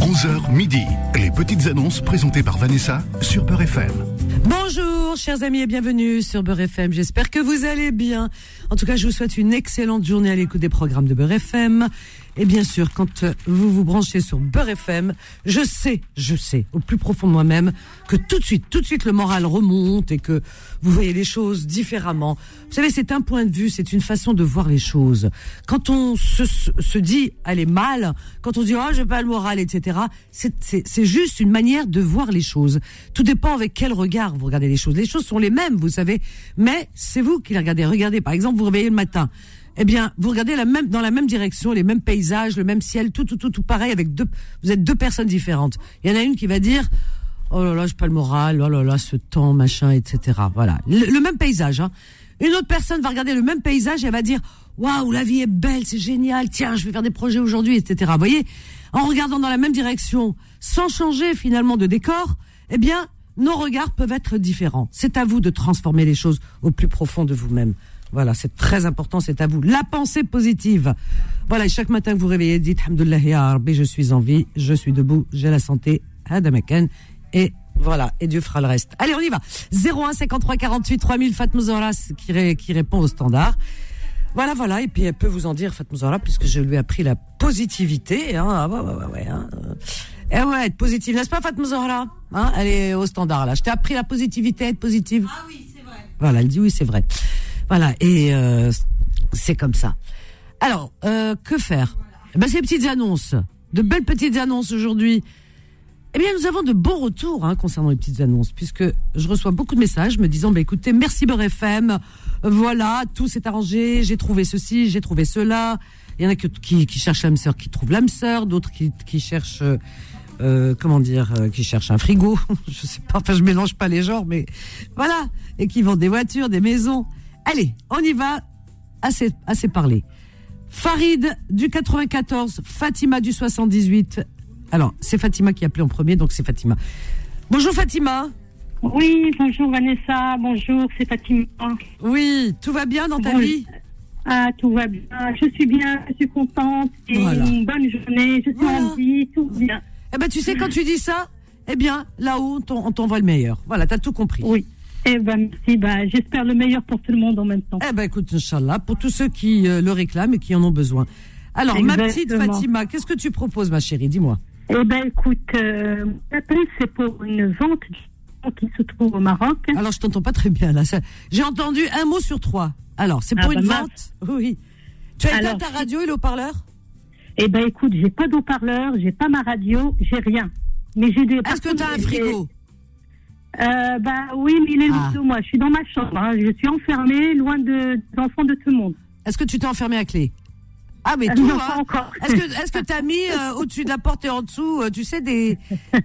11h midi. Les petites annonces présentées par Vanessa sur Peur FM. Bonjour, chers amis, et bienvenue sur Beurre FM. J'espère que vous allez bien. En tout cas, je vous souhaite une excellente journée à l'écoute des programmes de Beurre FM. Et bien sûr, quand euh, vous vous branchez sur Beurre FM, je sais, je sais, au plus profond de moi-même, que tout de suite, tout de suite, le moral remonte et que vous voyez les choses différemment. Vous savez, c'est un point de vue, c'est une façon de voir les choses. Quand on se, se dit, elle est mal, quand on dit, oh, j'ai pas le moral, etc., c'est- c'est c'est juste une manière de voir les choses. Tout dépend avec quel regard vous regardez les choses. Les choses sont les mêmes, vous savez, mais c'est vous qui les regardez. Regardez, par exemple, vous vous réveillez le matin eh bien, vous regardez la même, dans la même direction, les mêmes paysages, le même ciel, tout, tout, tout, tout pareil, avec deux, vous êtes deux personnes différentes. Il y en a une qui va dire, oh là là, j'ai pas le moral, oh là là, ce temps, machin, etc. Voilà. Le, le même paysage, hein. Une autre personne va regarder le même paysage et elle va dire, waouh, la vie est belle, c'est génial, tiens, je vais faire des projets aujourd'hui, etc. Vous voyez? En regardant dans la même direction, sans changer finalement de décor, eh bien, nos regards peuvent être différents. C'est à vous de transformer les choses au plus profond de vous-même. Voilà, c'est très important, c'est à vous. La pensée positive. Voilà, et chaque matin que vous vous réveillez, dites Alhamdulillah ya Rabbi, je suis en vie, je suis debout, j'ai la santé, Hadamakan, et voilà, et Dieu fera le reste. Allez, on y va. 01 53 48 3000, Fatma Zahra qui, ré- qui répond au standard. Voilà, voilà, et puis elle peut vous en dire, Fatma Zahra, puisque je lui ai appris la positivité. Hein. Ah ouais, ouais, ouais, ouais. hein. Eh ouais, être positive, n'est-ce pas, Fatma Zahra hein Elle est au standard, là. Je t'ai appris la positivité, être positive. Ah oui, c'est vrai. Voilà, elle dit oui, c'est vrai. Voilà, et euh, c'est comme ça. Alors, euh, que faire Eh ben, C'est les petites annonces, de belles petites annonces aujourd'hui. Eh bien, nous avons de bons retours hein, concernant les petites annonces, puisque je reçois beaucoup de messages me disant, bah, écoutez, merci Beurre FM, voilà, tout s'est arrangé, j'ai trouvé ceci, j'ai trouvé cela. Il y en a que- qui, qui cherchent l'âme sœur, qui trouvent l'âme sœur, d'autres qui, qui cherchent, euh, euh, comment dire, euh, qui cherchent un frigo, je sais pas, enfin, je mélange pas les genres, mais voilà, et qui vendent des voitures, des maisons. Allez, on y va, assez, assez parlé. Farid du 94, Fatima du 78. Alors, c'est Fatima qui a appelé en premier, donc c'est Fatima. Bonjour Fatima. Oui, bonjour Vanessa, bonjour, c'est Fatima. Oui, tout va bien dans ta vie Ah, tout va bien. Je suis bien, je suis contente. C'est Voilà. une bonne journée, je suis en vie, tout va bien. Eh ben, tu sais, quand tu dis ça, eh bien, là-haut, on t'en- on t'envoie le meilleur. Voilà, t'as tout compris. Oui. Eh ben, merci. Ben, j'espère le meilleur pour tout le monde en même temps. Eh ben, écoute, Inch'Allah, pour tous ceux qui euh, le réclament et qui en ont besoin. Alors, ma petite Exactement. Fatima, qu'est-ce que tu proposes, ma chérie Dis-moi. Eh ben, écoute, euh, mon appel, c'est pour une vente qui se trouve au Maroc. Alors, je t'entends pas très bien, là. Ça- J'ai entendu un mot sur trois. Alors, c'est Ah, pour bah, une mince. vente Oui. Tu as éteint Alors, ta radio et le haut-parleur Eh ben, écoute, j'ai pas d'eau-parleur, j'ai pas ma radio, j'ai rien. Mais j'ai des. Est-ce que t'as un frigo euh, Ben oui, mais il est loin Ah. de moi. Je suis dans ma chambre. hein. Je suis enfermée, loin de, des enfants de tout le monde. Est-ce que tu t'es enfermé à clé Ah, mais Euh, tout, non, hein. pas encore. Est-ce que est-ce que t'as mis euh, au-dessus de la porte et en dessous, euh, tu sais des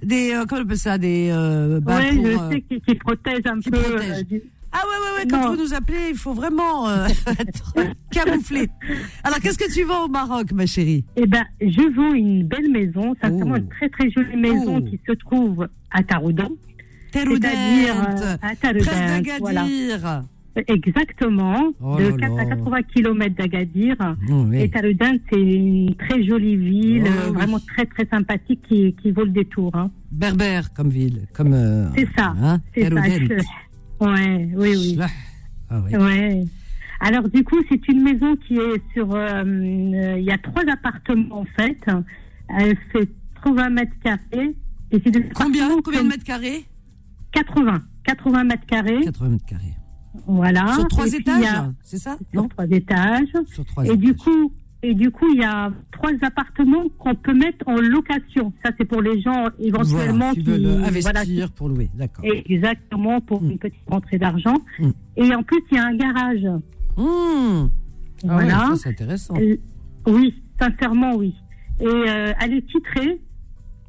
des euh, comment on appelle ça des euh, bah, Oui, pour, je euh, sais qui, qui protège un qui peu. protège. euh, du- ah ouais ouais ouais quand Non. vous nous appelez il faut vraiment euh, être camouflé. Alors qu'est-ce que tu vends au Maroc ma chérie Eh ben, je vends une belle maison, sincèrement Oh. une très très jolie maison Oh. qui se trouve à Taroudan. C'est-à-dire euh, Teroudent, à Presse Taroudan, voilà. d'Agadir. Exactement, Oh de là 4 à là. 80 km d'Agadir. Oh, oui. Et Taroudan, c'est une très jolie ville, Oh, euh, oui. vraiment très très sympathique qui, qui vaut le détour. hein. Berbère comme ville comme euh, C'est ça, hein, C'est ça. Teroudent. je- Ouais, oui, oui. Schlah. Ah, oui. Ouais. Alors du coup, c'est une maison qui est sur. euh, euh, Il y a trois appartements en fait. Elle fait 80 mètres carrés. Et c'est des Combien appartements combien de comme mètres carrés 80. 80 mètres carrés. 80 mètres carrés. Voilà. Sur trois Ah, Et puis, il y étages, a- c'est ça Sur Non, trois étages. sur trois. Et du étages. coup. Et du coup, il y a trois appartements qu'on peut mettre en location. Ça, c'est pour les gens voilà, éventuellement tu veux qui, le voilà, qui- investir pour louer, d'accord. exactement pour Mm. une petite rentrée d'argent. Mm. Et en plus, il y a un garage. Mmh. Ah ouais, voilà. ça, c'est intéressant. Euh, Oui, sincèrement, oui. Et euh, elle est titrée.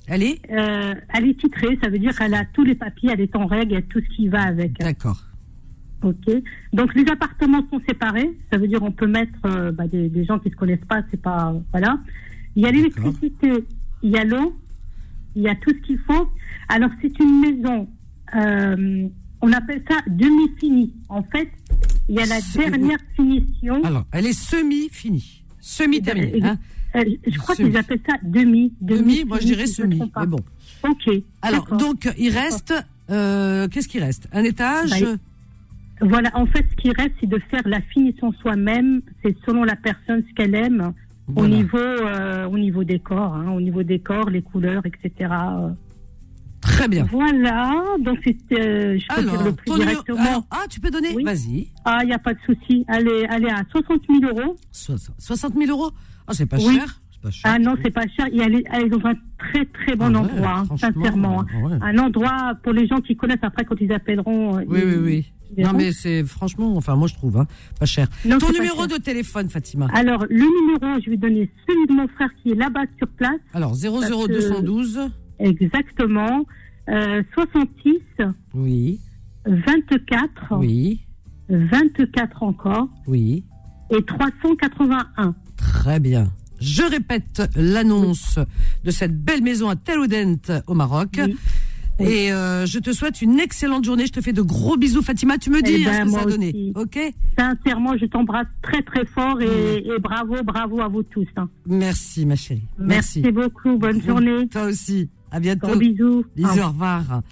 Allez, euh, elle est titrée, ça veut dire qu'elle a tous les papiers, elle est en règle, il y a tout ce qui va avec. hein. d'accord. Ok. Donc les appartements sont séparés, ça veut dire on peut mettre euh, bah, des, des gens qui se connaissent pas, c'est pas euh, voilà. Il y a l'électricité, il y a l'eau, il y a tout ce qu'il faut. Alors c'est une maison, euh, on appelle ça demi finie. En fait, il y a la C'est- dernière finition. Alors, elle est semi-finie. Semi-terminée. Ex- hein. euh, je crois qu'ils appellent ça demi. Demi, moi je dirais si je me semi. trompe pas. Mais bon. Ok. Alors, d'accord. donc, il reste. euh, Qu'est-ce qu'il reste Un étage Bah, il- Voilà, en fait, ce qui reste, c'est de faire la finition soi-même. C'est selon la personne ce qu'elle aime au Voilà. niveau, euh, au niveau des corps, hein, au niveau des corps, les couleurs, etc. euh. Très bien. Voilà, donc c'est, euh, je peux dire Alors, le prix ton numéro- directement. alors, ah, tu peux donner Oui. Vas-y. Ah, il n'y a pas de souci. Elle est, elle est à 60 000 euros. Soix- 60 000 euros Ah, c'est pas Oui. cher. C'est pas cher. Ah non, c'est pas cher. Et elle est, elle est dans un très très bon Ah ouais, endroit, hein, franchement, sincèrement. hein. ah ouais. Un endroit pour les gens qui connaissent après quand ils appelleront. euh, Oui, oui, ils- oui. ils Non, verront. mais c'est franchement, enfin, moi je trouve, hein, pas cher. Non, Ton c'est pas numéro cher. de téléphone, Fatima Alors, le numéro, je vais donner celui de mon frère qui est là-bas sur place. Alors, 00212. Exactement. Euh, 66, Oui, 24, oui, 24 encore, oui. et 381. Très bien. Je répète l'annonce de cette belle maison à Tel Oudent au Maroc. Oui. Oui. Et euh, je te souhaite une excellente journée. Je te fais de gros bisous, Fatima. Tu me dis Eh hein, ben, ce que ça moi a donné. aussi. Ok Sincèrement, je t'embrasse très très fort et, et bravo, bravo à vous tous. hein. Merci, ma chérie. Merci. beaucoup, bonne journée. Toi aussi. À bientôt. Gros bisous. Bisous, Au revoir. au revoir.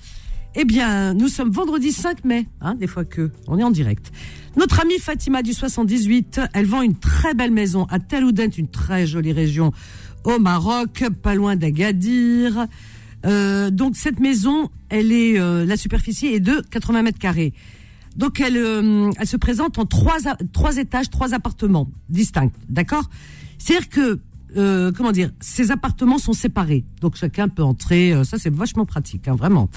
Eh bien, nous sommes vendredi 5 mai, hein, des fois que, on est en direct. Notre amie Fatima du 78, elle vend une très belle maison à Tel Oudent, une très jolie région au Maroc, pas loin d'Agadir. Euh, donc cette maison, elle est, euh, la superficie est de 80 mètres carrés. Donc elle, euh, elle se présente en trois, a- trois étages, trois appartements distincts, d'accord C'est-à-dire que, euh, comment dire, ces appartements sont séparés, donc chacun peut entrer, euh, ça c'est vachement pratique, hein, vraiment.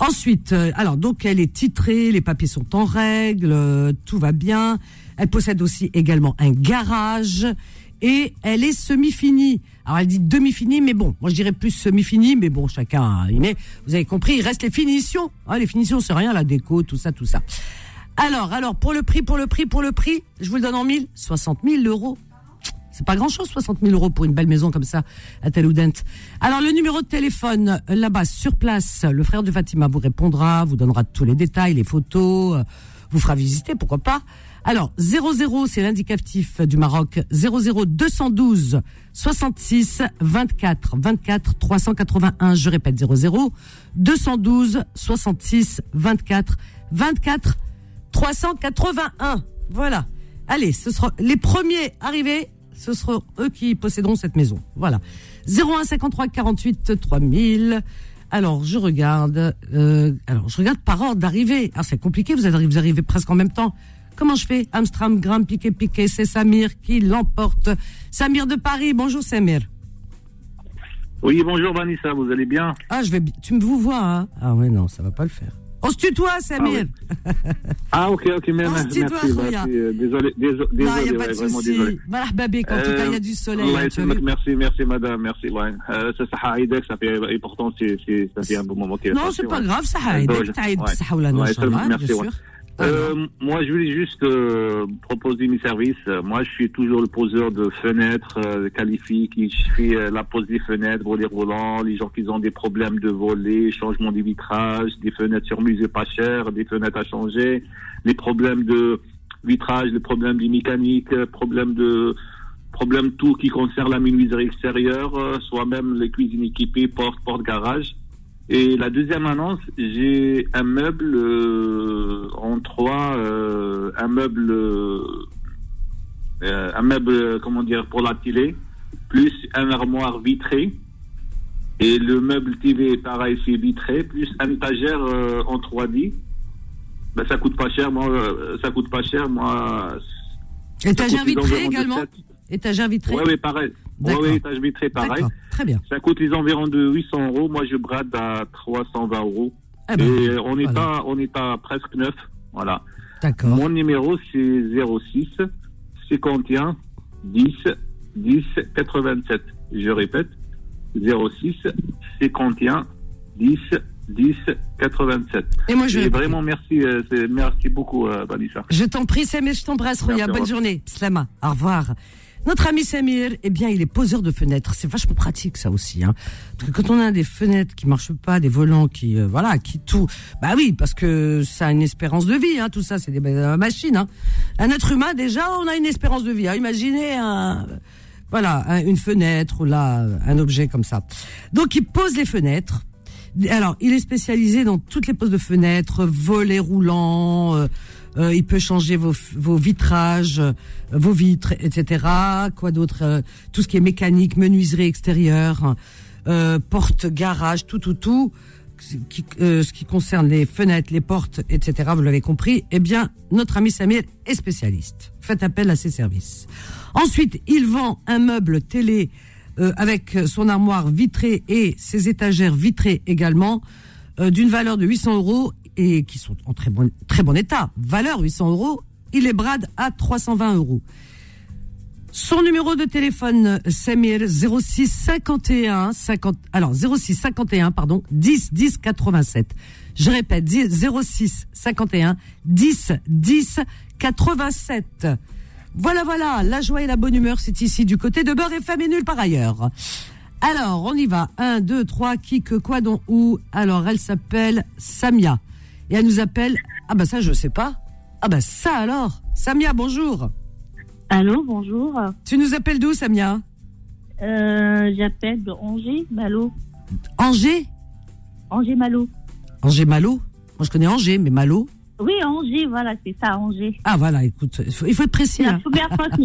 Ensuite, euh, alors donc elle est titrée, les papiers sont en règle, euh, tout va bien. Elle possède aussi également un garage et elle est semi-finie. Alors elle dit demi-finie, mais bon, moi je dirais plus semi-finie, mais bon, chacun a- il met. Vous avez compris, il reste les finitions. hein, les finitions, c'est rien, la déco, tout ça, tout ça. Alors, alors pour le prix, pour le prix, pour le prix, je vous le donne en mille, 60 000 euros. C'est pas grand-chose, 60 000 euros pour une belle maison comme ça à Tel Oudent. Alors le numéro de téléphone euh, là-bas sur place, le frère de Fatima vous répondra, vous donnera tous les détails, les photos, euh, vous fera visiter, pourquoi pas. Alors 00, c'est l'indicatif du Maroc, 00 212 66 24 24 381. Je répète 00 212 66 24 24 381. Voilà. Allez, ce sera les premiers arrivés, ce seront eux qui posséderont cette maison. Voilà. 01 53 48 3000. Alors, je regarde euh, alors je regarde par ordre d'arrivée. Ah, c'est compliqué, vous arrivez, vous arrivez presque en même temps. Comment je fais Amstram, Gram, Piqué, Piqué, c'est Samir qui l'emporte. Samir de Paris, bonjour Samir. Oui, bonjour Vanessa, vous allez bien Ah, je vais bi- tu me vous vois hein Ah ouais non, ça va pas le faire. On se tutoie Samir. Ah ok, ok, mais- On se merci. tutoie, merci, Khouya. euh, désolé, désolé, non, il désolé n'y a pas ouais, de vraiment souci. désolé. Euh, Malahbabé, en tout cas, il y a du soleil. Ouais, hein, tu as vu merci, merci madame, merci. Ouais. Euh, ça, ça, Haïdek, ça fait, et pourtant, c'est, c'est, ça fait un bon moment qu'il est Non, parti, c'est pas ouais. grave, ça Ouais, aide. dommage. Ça aide, Ouais. ça aide, Ouais, Inch'Allah, seulement, merci, bien ouais. sûr. Euh, moi, je voulais juste euh, proposer mes services. Euh, Moi, je suis toujours le poseur de fenêtres euh, qualifiées. qui- Je fais euh, la pose des fenêtres, volets roulants, les gens qui ont des problèmes de volets, changement des vitrages, des fenêtres sur musée pas chères, des fenêtres à changer, les problèmes de vitrage, les problèmes des mécaniques, euh, problèmes de problème tout qui concerne la menuiserie extérieure, euh, soit même les cuisines équipées, porte, porte, garage. Et la deuxième annonce, j'ai un meuble euh, en trois, euh, un meuble, euh, euh, un meuble, euh, comment dire, pour la télé, plus un armoire vitré. Et le meuble TV, pareil, c'est vitré, plus un étagère euh, en 3D. Ben, ça coûte pas cher, moi, euh, ça coûte pas cher, moi. Étagère ça coûte les vitrée environs de également sept- Étagère vitrée Ouais, ouais, pareil. Ouais, D'accord. ouais, étage vitré, pareil. D'accord, très bien. Ça coûte les environs de 800 euros. Moi, je brade à 320 euros. Eh ben, Et on est voilà. Ah. pas, on est à presque neuf. Voilà. D'accord. Mon numéro c'est 06 51 10 10 87. Je répète 06 51 10 10 87. Et moi, Ah, je Et vais. vraiment merci, euh, c'est- merci beaucoup, euh, Vanessa. Je t'en prie, Samir, je t'embrasse, Rouya. Merci, au Bonne revoir. journée. Slama, au revoir. Notre ami Samir, eh bien, il est poseur de fenêtres. C'est vachement pratique, ça aussi. Hein. Parce que quand on a des fenêtres qui marchent pas, des volants qui, euh, voilà, qui tout, bah oui, parce que ça a une espérance de vie. Hein, tout ça, c'est des euh, machines. Hein. Un être humain, déjà, on a une espérance de vie. hein. Imaginez un, Voilà, hein, une fenêtre ou là, un objet comme ça. Donc il pose les fenêtres. Alors, il est spécialisé dans toutes les poses de fenêtres, volets roulants, euh, euh, il peut changer vos, vos vitrages, euh, vos vitres, etc. Quoi d'autre euh, Tout ce qui est mécanique, menuiserie extérieure, euh, porte, garage, tout, tout, tout. Ce Qui, euh, ce qui concerne les fenêtres, les portes, etc. Vous l'avez compris. Eh bien, notre ami Samuel est spécialiste. Faites appel à ses services. Ensuite, il vend un meuble télé euh, avec son armoire vitrée et ses étagères vitrées également, euh, d'une valeur de 800 euros et qui sont en très bon, très bon état. Valeur 800 euros, il les brade à 320 euros. Son numéro de téléphone, euh, Samuel, 06 51 50, alors 06 51, pardon, 10 10 87. Je répète, 10 06 51 10 10 87. Voilà, voilà, la joie et la bonne humeur, c'est ici, du côté de Beurre et Femme et nulle par ailleurs. Alors, on y va. 1, 2, 3, qui, que, quoi, dont, où. Alors, elle s'appelle Samia. Et elle nous appelle. Ah, bah ça, je sais pas. Ah, bah ça alors. Samia, bonjour. Allô, bonjour. Tu nous appelles d'où, Samia Euh, J'appelle de Angers, Malo. Angers Angers, Malo. Angers Malo Moi, je connais Angers, mais Malo. Oui, Angers, voilà, c'est ça, Angers. Ah, voilà, écoute, il faut, il faut être précis. C'est la Ah, hein. première fois que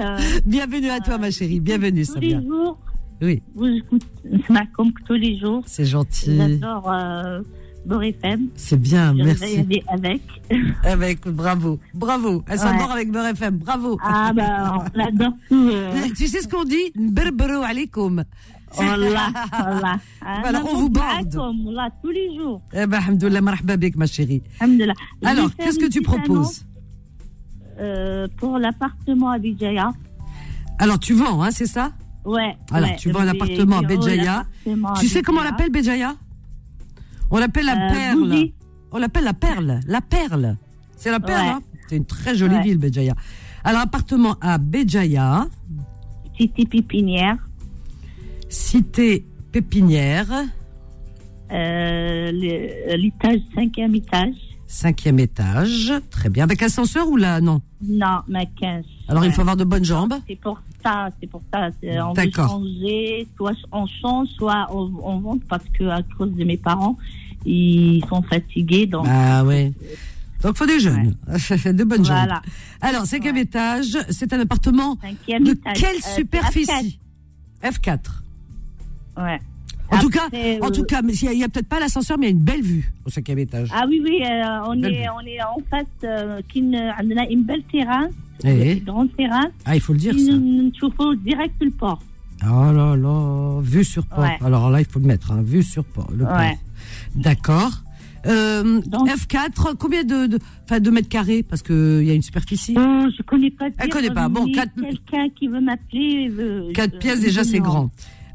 euh, Bienvenue à toi, ma chérie. Bienvenue, tous les Samia. jours, Oui, vous écoutez Smacom tous les jours. c'est gentil. J'adore euh, Beurre FM. C'est bien, Je vais merci. y aller avec. Ah, bah, écoute, bravo. Bravo. Elle Ouais. s'endort avec Beurre FM. Bravo. Ah, bah, on adore tout. euh, Tu sais ce qu'on dit Berberu alaikum. Oh Voilà, voilà. Ah, Voilà, non, Bah, on vous Smacom, borde. Voilà, tous les jours. Eh ben, alhamdoulilah, marhaba bik, ma chérie. Alhamdoulilah. Je vais Alors, faire qu'est-ce une que tu petite proposes annonce, euh, Pour l'appartement à Bijaya. Alors, tu vends, hein, c'est ça Ouais. Alors, ouais, tu vends un des appartement à bureaux, Béjaïa. oh, l'appartement à Tu sais comment on Béjaïa. l'appelle, Béjaïa On l'appelle la Euh, perle. Bougie. On l'appelle la perle. La perle. C'est la perle, Ouais. hein C'est une très jolie Ouais. ville, Béjaïa. Alors, appartement à Béjaïa, Cité Pépinière. cité pépinière, euh, le- L'étage, cinquième étage. cinquième étage. Très bien. Avec ascenseur ou là Non. Non, ma 15. Alors, il faut avoir de bonnes jambes. C'est pour ça, c'est pour ça. c'est- On veut D'accord. changer, soit on change, soit on, on vend parce que à cause de mes parents, ils sont fatigués. Donc, Ah ouais. Donc faut des jeunes, de bonnes jeunes. voilà. Alors cinquième Ouais. étage, c'est un appartement Cinquième de étage. quelle euh, c'est superficie F4. F4, ouais. En tout cas, Après, Ah, en euh, tout cas, mais il y a, il y a peut-être pas l'ascenseur, mais il y a une belle vue au cinquième étage. Ah oui, oui, euh, on, Belle vue. est, on est en face, euh, qu'il y a une- une belle terrasse, Eh, une grande terrasse. ah, il faut le dire ça. Nous chauffons direct le port. Oh là là, vue sur port. Ouais. Alors là, il faut le mettre, hein, vue sur port. le port. Ouais. D'accord. Euh, Donc- F4, combien de, de, enfin, de mètres carrés Parce que euh, il y a une superficie. Oh, je connais pas. bien, Elle connaît pas. euh, Bon, mais quatre- Quelqu'un qui veut m'appeler. veut- euh, Quatre je- pièces déjà, c'est non. grand.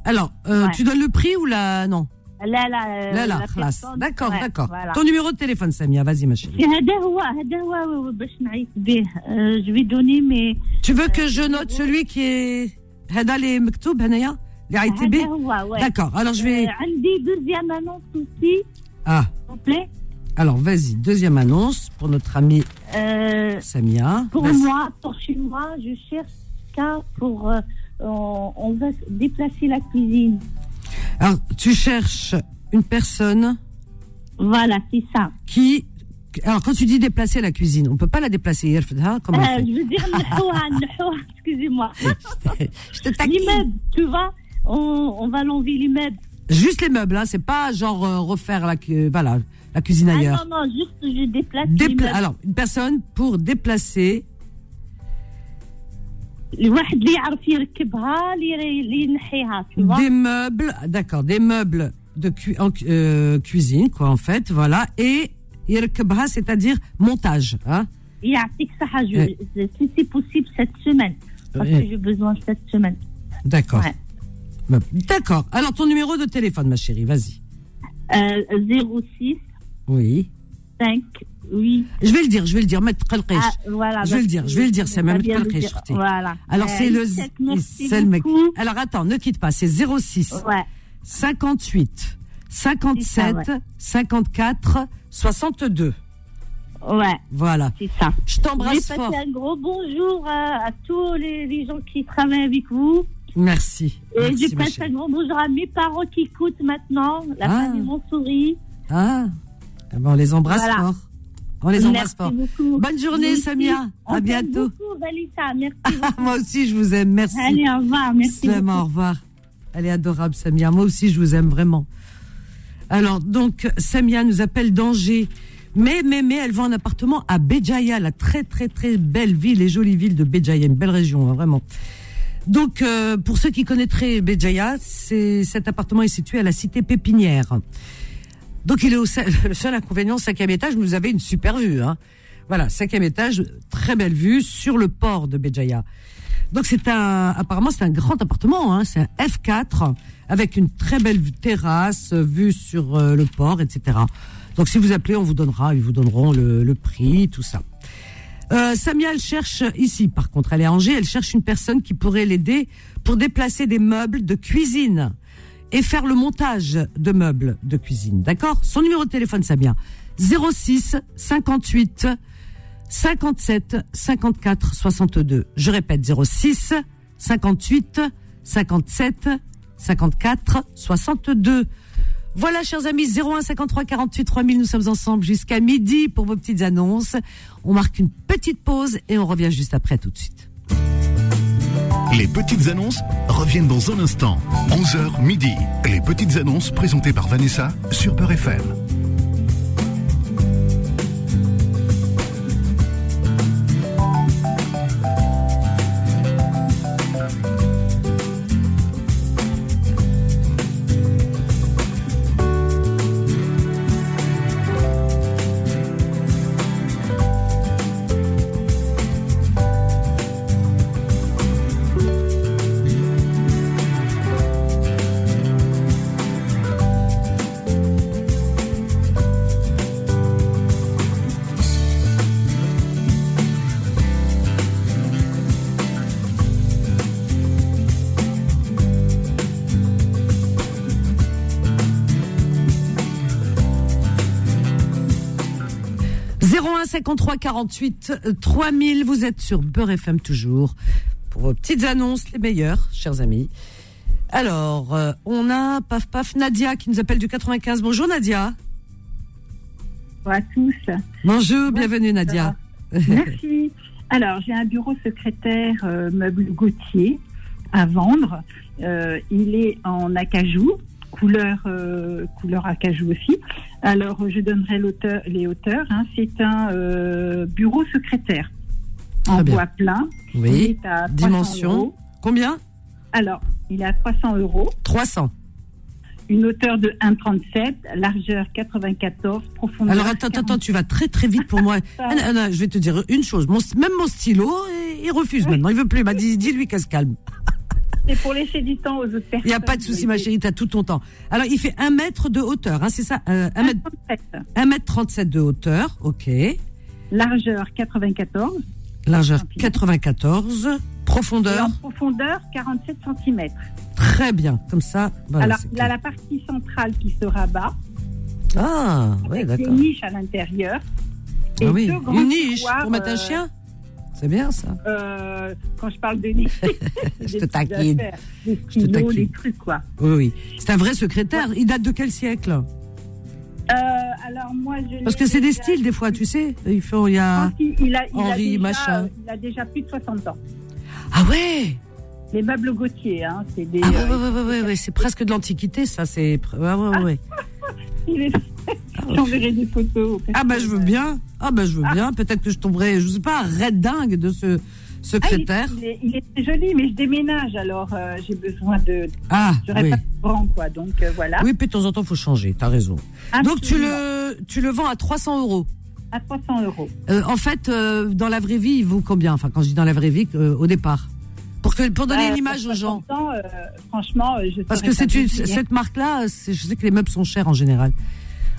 Alors, euh, euh, Ouais. tu donnes le prix ou la non Là, là. euh, لا la لا خلاص personne- داكور ouais, داكور voilà. ton numéro de téléphone Samia vas-y ma chérie هذا هو هذا هو باش نعيط به Euh, je vais donner mais tu veux que je note celui qui est هذا اللي مكتوب هنايا اللي عيطتي هذا به هو ouais. d'accord alors je vais Euh, عندي deuxième annonce aussi ah s'il vous plaît alors vas-y deuxième annonce pour notre amie Euh, Samia pour Vas-y. moi pour chez moi je cherche ça pour euh, on, on va déplacer la cuisine alors tu cherches une personne voilà c'est ça qui alors quand tu dis déplacer la cuisine on peut pas la déplacer يرفدها, comment Euh, on fait je veux dire نحوها نحوها excusez-moi je te taquine Euh, l'immeuble tu vois on, on va l'enlever l'immeuble Ah, juste les meubles hein, c'est pas genre euh, refaire la cu- voilà la cuisine ah ailleurs non non juste je déplace Dépla- l'immeuble alors une personne pour déplacer الواحد اللي يعرف يركبها اللي اللي ينحيها tu vois Des meubles, ah, d'accord, des meubles de cu- en cu- euh, cuisine, quoi, en fait, voilà. Et yerkebha, c'est-à-dire montage, hein. يعطيك صحة جو Ouais. سي سي بوسيبل سيت سيمين باسكو Ouais. جو بوزوان سيت سيمين D'accord. Ouais. Meubles. D'accord. Alors, ton numéro de téléphone, ma chérie, vas-y. Euh, 06 Oui. 5 8 Je vais le dire, je vais le dire, maître Kalkech. Ah, voilà, Je vais le dire, je vais le dire, c'est même bien pas le très dire. shorté. Voilà. Alors, euh, c'est le, Isaac, merci c'est le mec. beaucoup. Alors, attends, ne quitte pas, c'est 06 Ouais, 58 57 C'est ça, 54 62. Ouais, Voilà. c'est ça. Je t'embrasse Je vais fort. passer un gros bonjour à, à tous les, les gens qui travaillent avec vous. Merci. Et Merci, je ma passe un chérie. grand bonjour à mes parents qui écoutent maintenant, la Ah. famille Montsouris. Ah, Ah ben, on les embrasse Voilà. fort. On les embrasse Merci fort. Bah, beaucoup. Bonne journée, Merci. Samia. On À t'aime bientôt. beaucoup, Valita. Merci. Ah, moi aussi, je vous aime. Merci. Allez, au revoir. Merci. Salam, au revoir. Elle est adorable, Samia. Moi aussi, je vous aime vraiment. Alors, donc, Samia nous appelle d'Angers. Mais, mais, mais, elle vend un appartement à Béjaïa, la très, très, très belle ville et jolie ville de Béjaïa, une belle région, hein, vraiment. Donc, euh, pour ceux qui connaîtraient Béjaïa, c'est, cet appartement est situé à la cité Pépinière. Donc, il est au, se- le seul inconvénient, cinquième étage, vous avez une super vue. Hein. Voilà, cinquième étage, très belle vue sur le port de Béjaïa. Donc c'est un, apparemment c'est un grand appartement, hein, c'est un F4 avec une très belle vue- terrasse, euh, vue sur euh, le port, etc. Donc si vous appelez, on vous donnera, ils vous donneront le, le prix, tout ça. Euh, Samia, elle cherche ici, par contre, elle est à Angers, elle cherche une personne qui pourrait l'aider pour déplacer des meubles de cuisine et faire le montage de meubles de cuisine. D'accord Son numéro de téléphone, Samia, 06 58 57 54 62. Je répète 06 58 57 54 62. Voilà, chers amis, 01 53 48 3000, nous sommes ensemble jusqu'à midi pour vos petites annonces. On marque une petite pause et on revient juste après, tout de suite. Les petites annonces reviennent dans un instant. 11h midi. Les petites annonces présentées par Vanessa sur Peur FM. « 01 53 48 3000, vous êtes sur Beurre FM toujours pour vos petites annonces, les meilleures, chers amis. Alors, euh, on a paf paf Nadia qui nous appelle du 95. Bonjour Nadia. Bonjour à tous. Bonjour, bienvenue Nadia. Merci. Alors, j'ai un bureau secrétaire euh, meuble Gautier à vendre. Euh, il est en acajou, couleur, euh, couleur acajou aussi. Alors, euh, je donnerai l'auteur, les auteurs. hein. C'est un euh, bureau secrétaire en Très bien. bois plein. Il Oui. est à 300 Dimension. euros. Combien Alors, il est à 300 euros. 300. Une hauteur de 1,37, largeur 94, profondeur. Alors attends, attends, attends, tu vas très très vite pour moi. Ah, non, non, je vais te dire une chose. Mon- même mon stylo, eh, il refuse maintenant. Il veut plus. Il m'a dit, dis-lui qu'elle se calme. C'est pour laisser du temps aux autres personnes. Il n'y a pas de souci, ma chérie, t'as tout ton temps. Alors, il fait 1 mètre de hauteur, hein, c'est ça euh, 1 mètre 1,37. 1 mètre 37 de hauteur, ok. Largeur 94 Largeur Tant pis. 94. et Profondeur, en profondeur 47 cm. très bien. Comme ça, voilà. Alors Ah, c'est il a clair. la partie centrale qui se rabat, Ah, oui, avec des d'accord. niches à l'intérieur. Ah oui, deux grands Une niche tiroirs, pour mettre un euh, chien C'est bien ça. euh, quand je parle de niche, Je des te petites taquine. affaires, Des Je te stylos, taquine. les trucs quoi. Oui, oui. C'est un vrai secrétaire. Il date de quel siècle Euh, alors moi je Parce l'ai que c'est des déjà- styles, des fois, tu sais. Il faut, il y Je a. pense qu'il- il a, il a Henri, déjà, machin. euh, il a déjà plus de 60 ans. Ah ouais Les meubles Gautier, hein, c'est des. Ah ouais, euh, ouais, ouais, ouais, ouais, ouais, c'est presque de l'antiquité, ça. C'est. pr- Ah ouais, ouais, ouais. il est- J'enverrai des photos. aux Ah bah je personnes. veux bien. Ah bah je veux bien. Peut-être que je tomberai, je sais pas, raide dingue de ce Ah, il, secrétaire. il est, il est très joli, mais je déménage alors euh, j'ai besoin de. Ah, J'aurais oui. pas de grand quoi, donc euh, voilà. Oui, puis de temps en temps, faut changer. T'as raison. Donc tu Ah, Absolument. le, tu le vends à 300 euros. à 300 euros. Euh, en fait, euh, dans la vraie vie, il vaut combien Enfin, quand je dis dans la vraie vie, euh, au départ, pour que pour donner Euh, une image aux pour gens. 60 ans, euh, franchement, euh, je Parce saurais que c'est pas une, vous dire. cette marque-là, c'est- je sais que les meubles sont chers en général.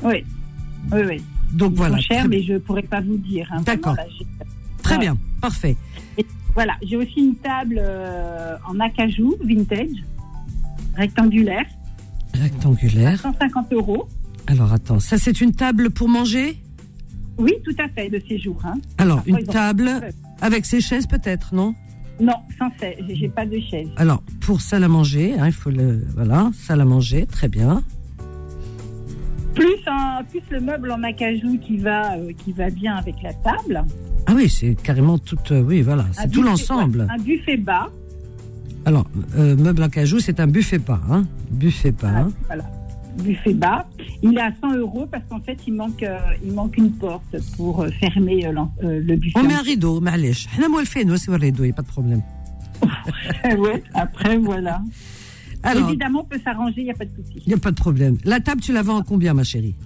Oui, oui, oui. Donc Ils voilà. sont chers, très, mais je pourrais pas vous dire. hein. Vraiment, D'accord. là, j'ai- très ouais. bien, parfait. Voilà, j'ai aussi une table euh, en acajou vintage, rectangulaire, Rectangulaire. 150 euros. Alors attends, ça c'est une table pour manger Oui, tout à fait, de séjour. hein. Alors, Parfois, une ils ont- table avec ses chaises peut-être, non Non, sans chaise. J'ai- J'ai pas de chaise. Alors, pour salle à manger, hein, il faut le. Voilà, salle à manger, très bien. Plus, un- plus le meuble en acajou qui va, euh, qui va bien avec la table. Ah oui, c'est carrément tout. euh, oui, voilà, Un c'est tout buffet- l'ensemble. ouais, un buffet bas. Alors, euh, meuble à cajou, c'est un buffet pas, hein Buffet pas. hein. Voilà. Buffet bas. Il est à 100 euros parce qu'en fait, il manque, euh, il manque une porte pour euh, fermer euh, l'en- euh, le buffet. On met un rideau, معليش. حنا موالفين, ouais, c'est un rideau, il n'y a pas de problème. Ouais, après, voilà. Alors, il Évidemment, on peut s'arranger, il n'y a pas de souci. n'y a pas de problème. La table, tu la vends en combien, ma chérie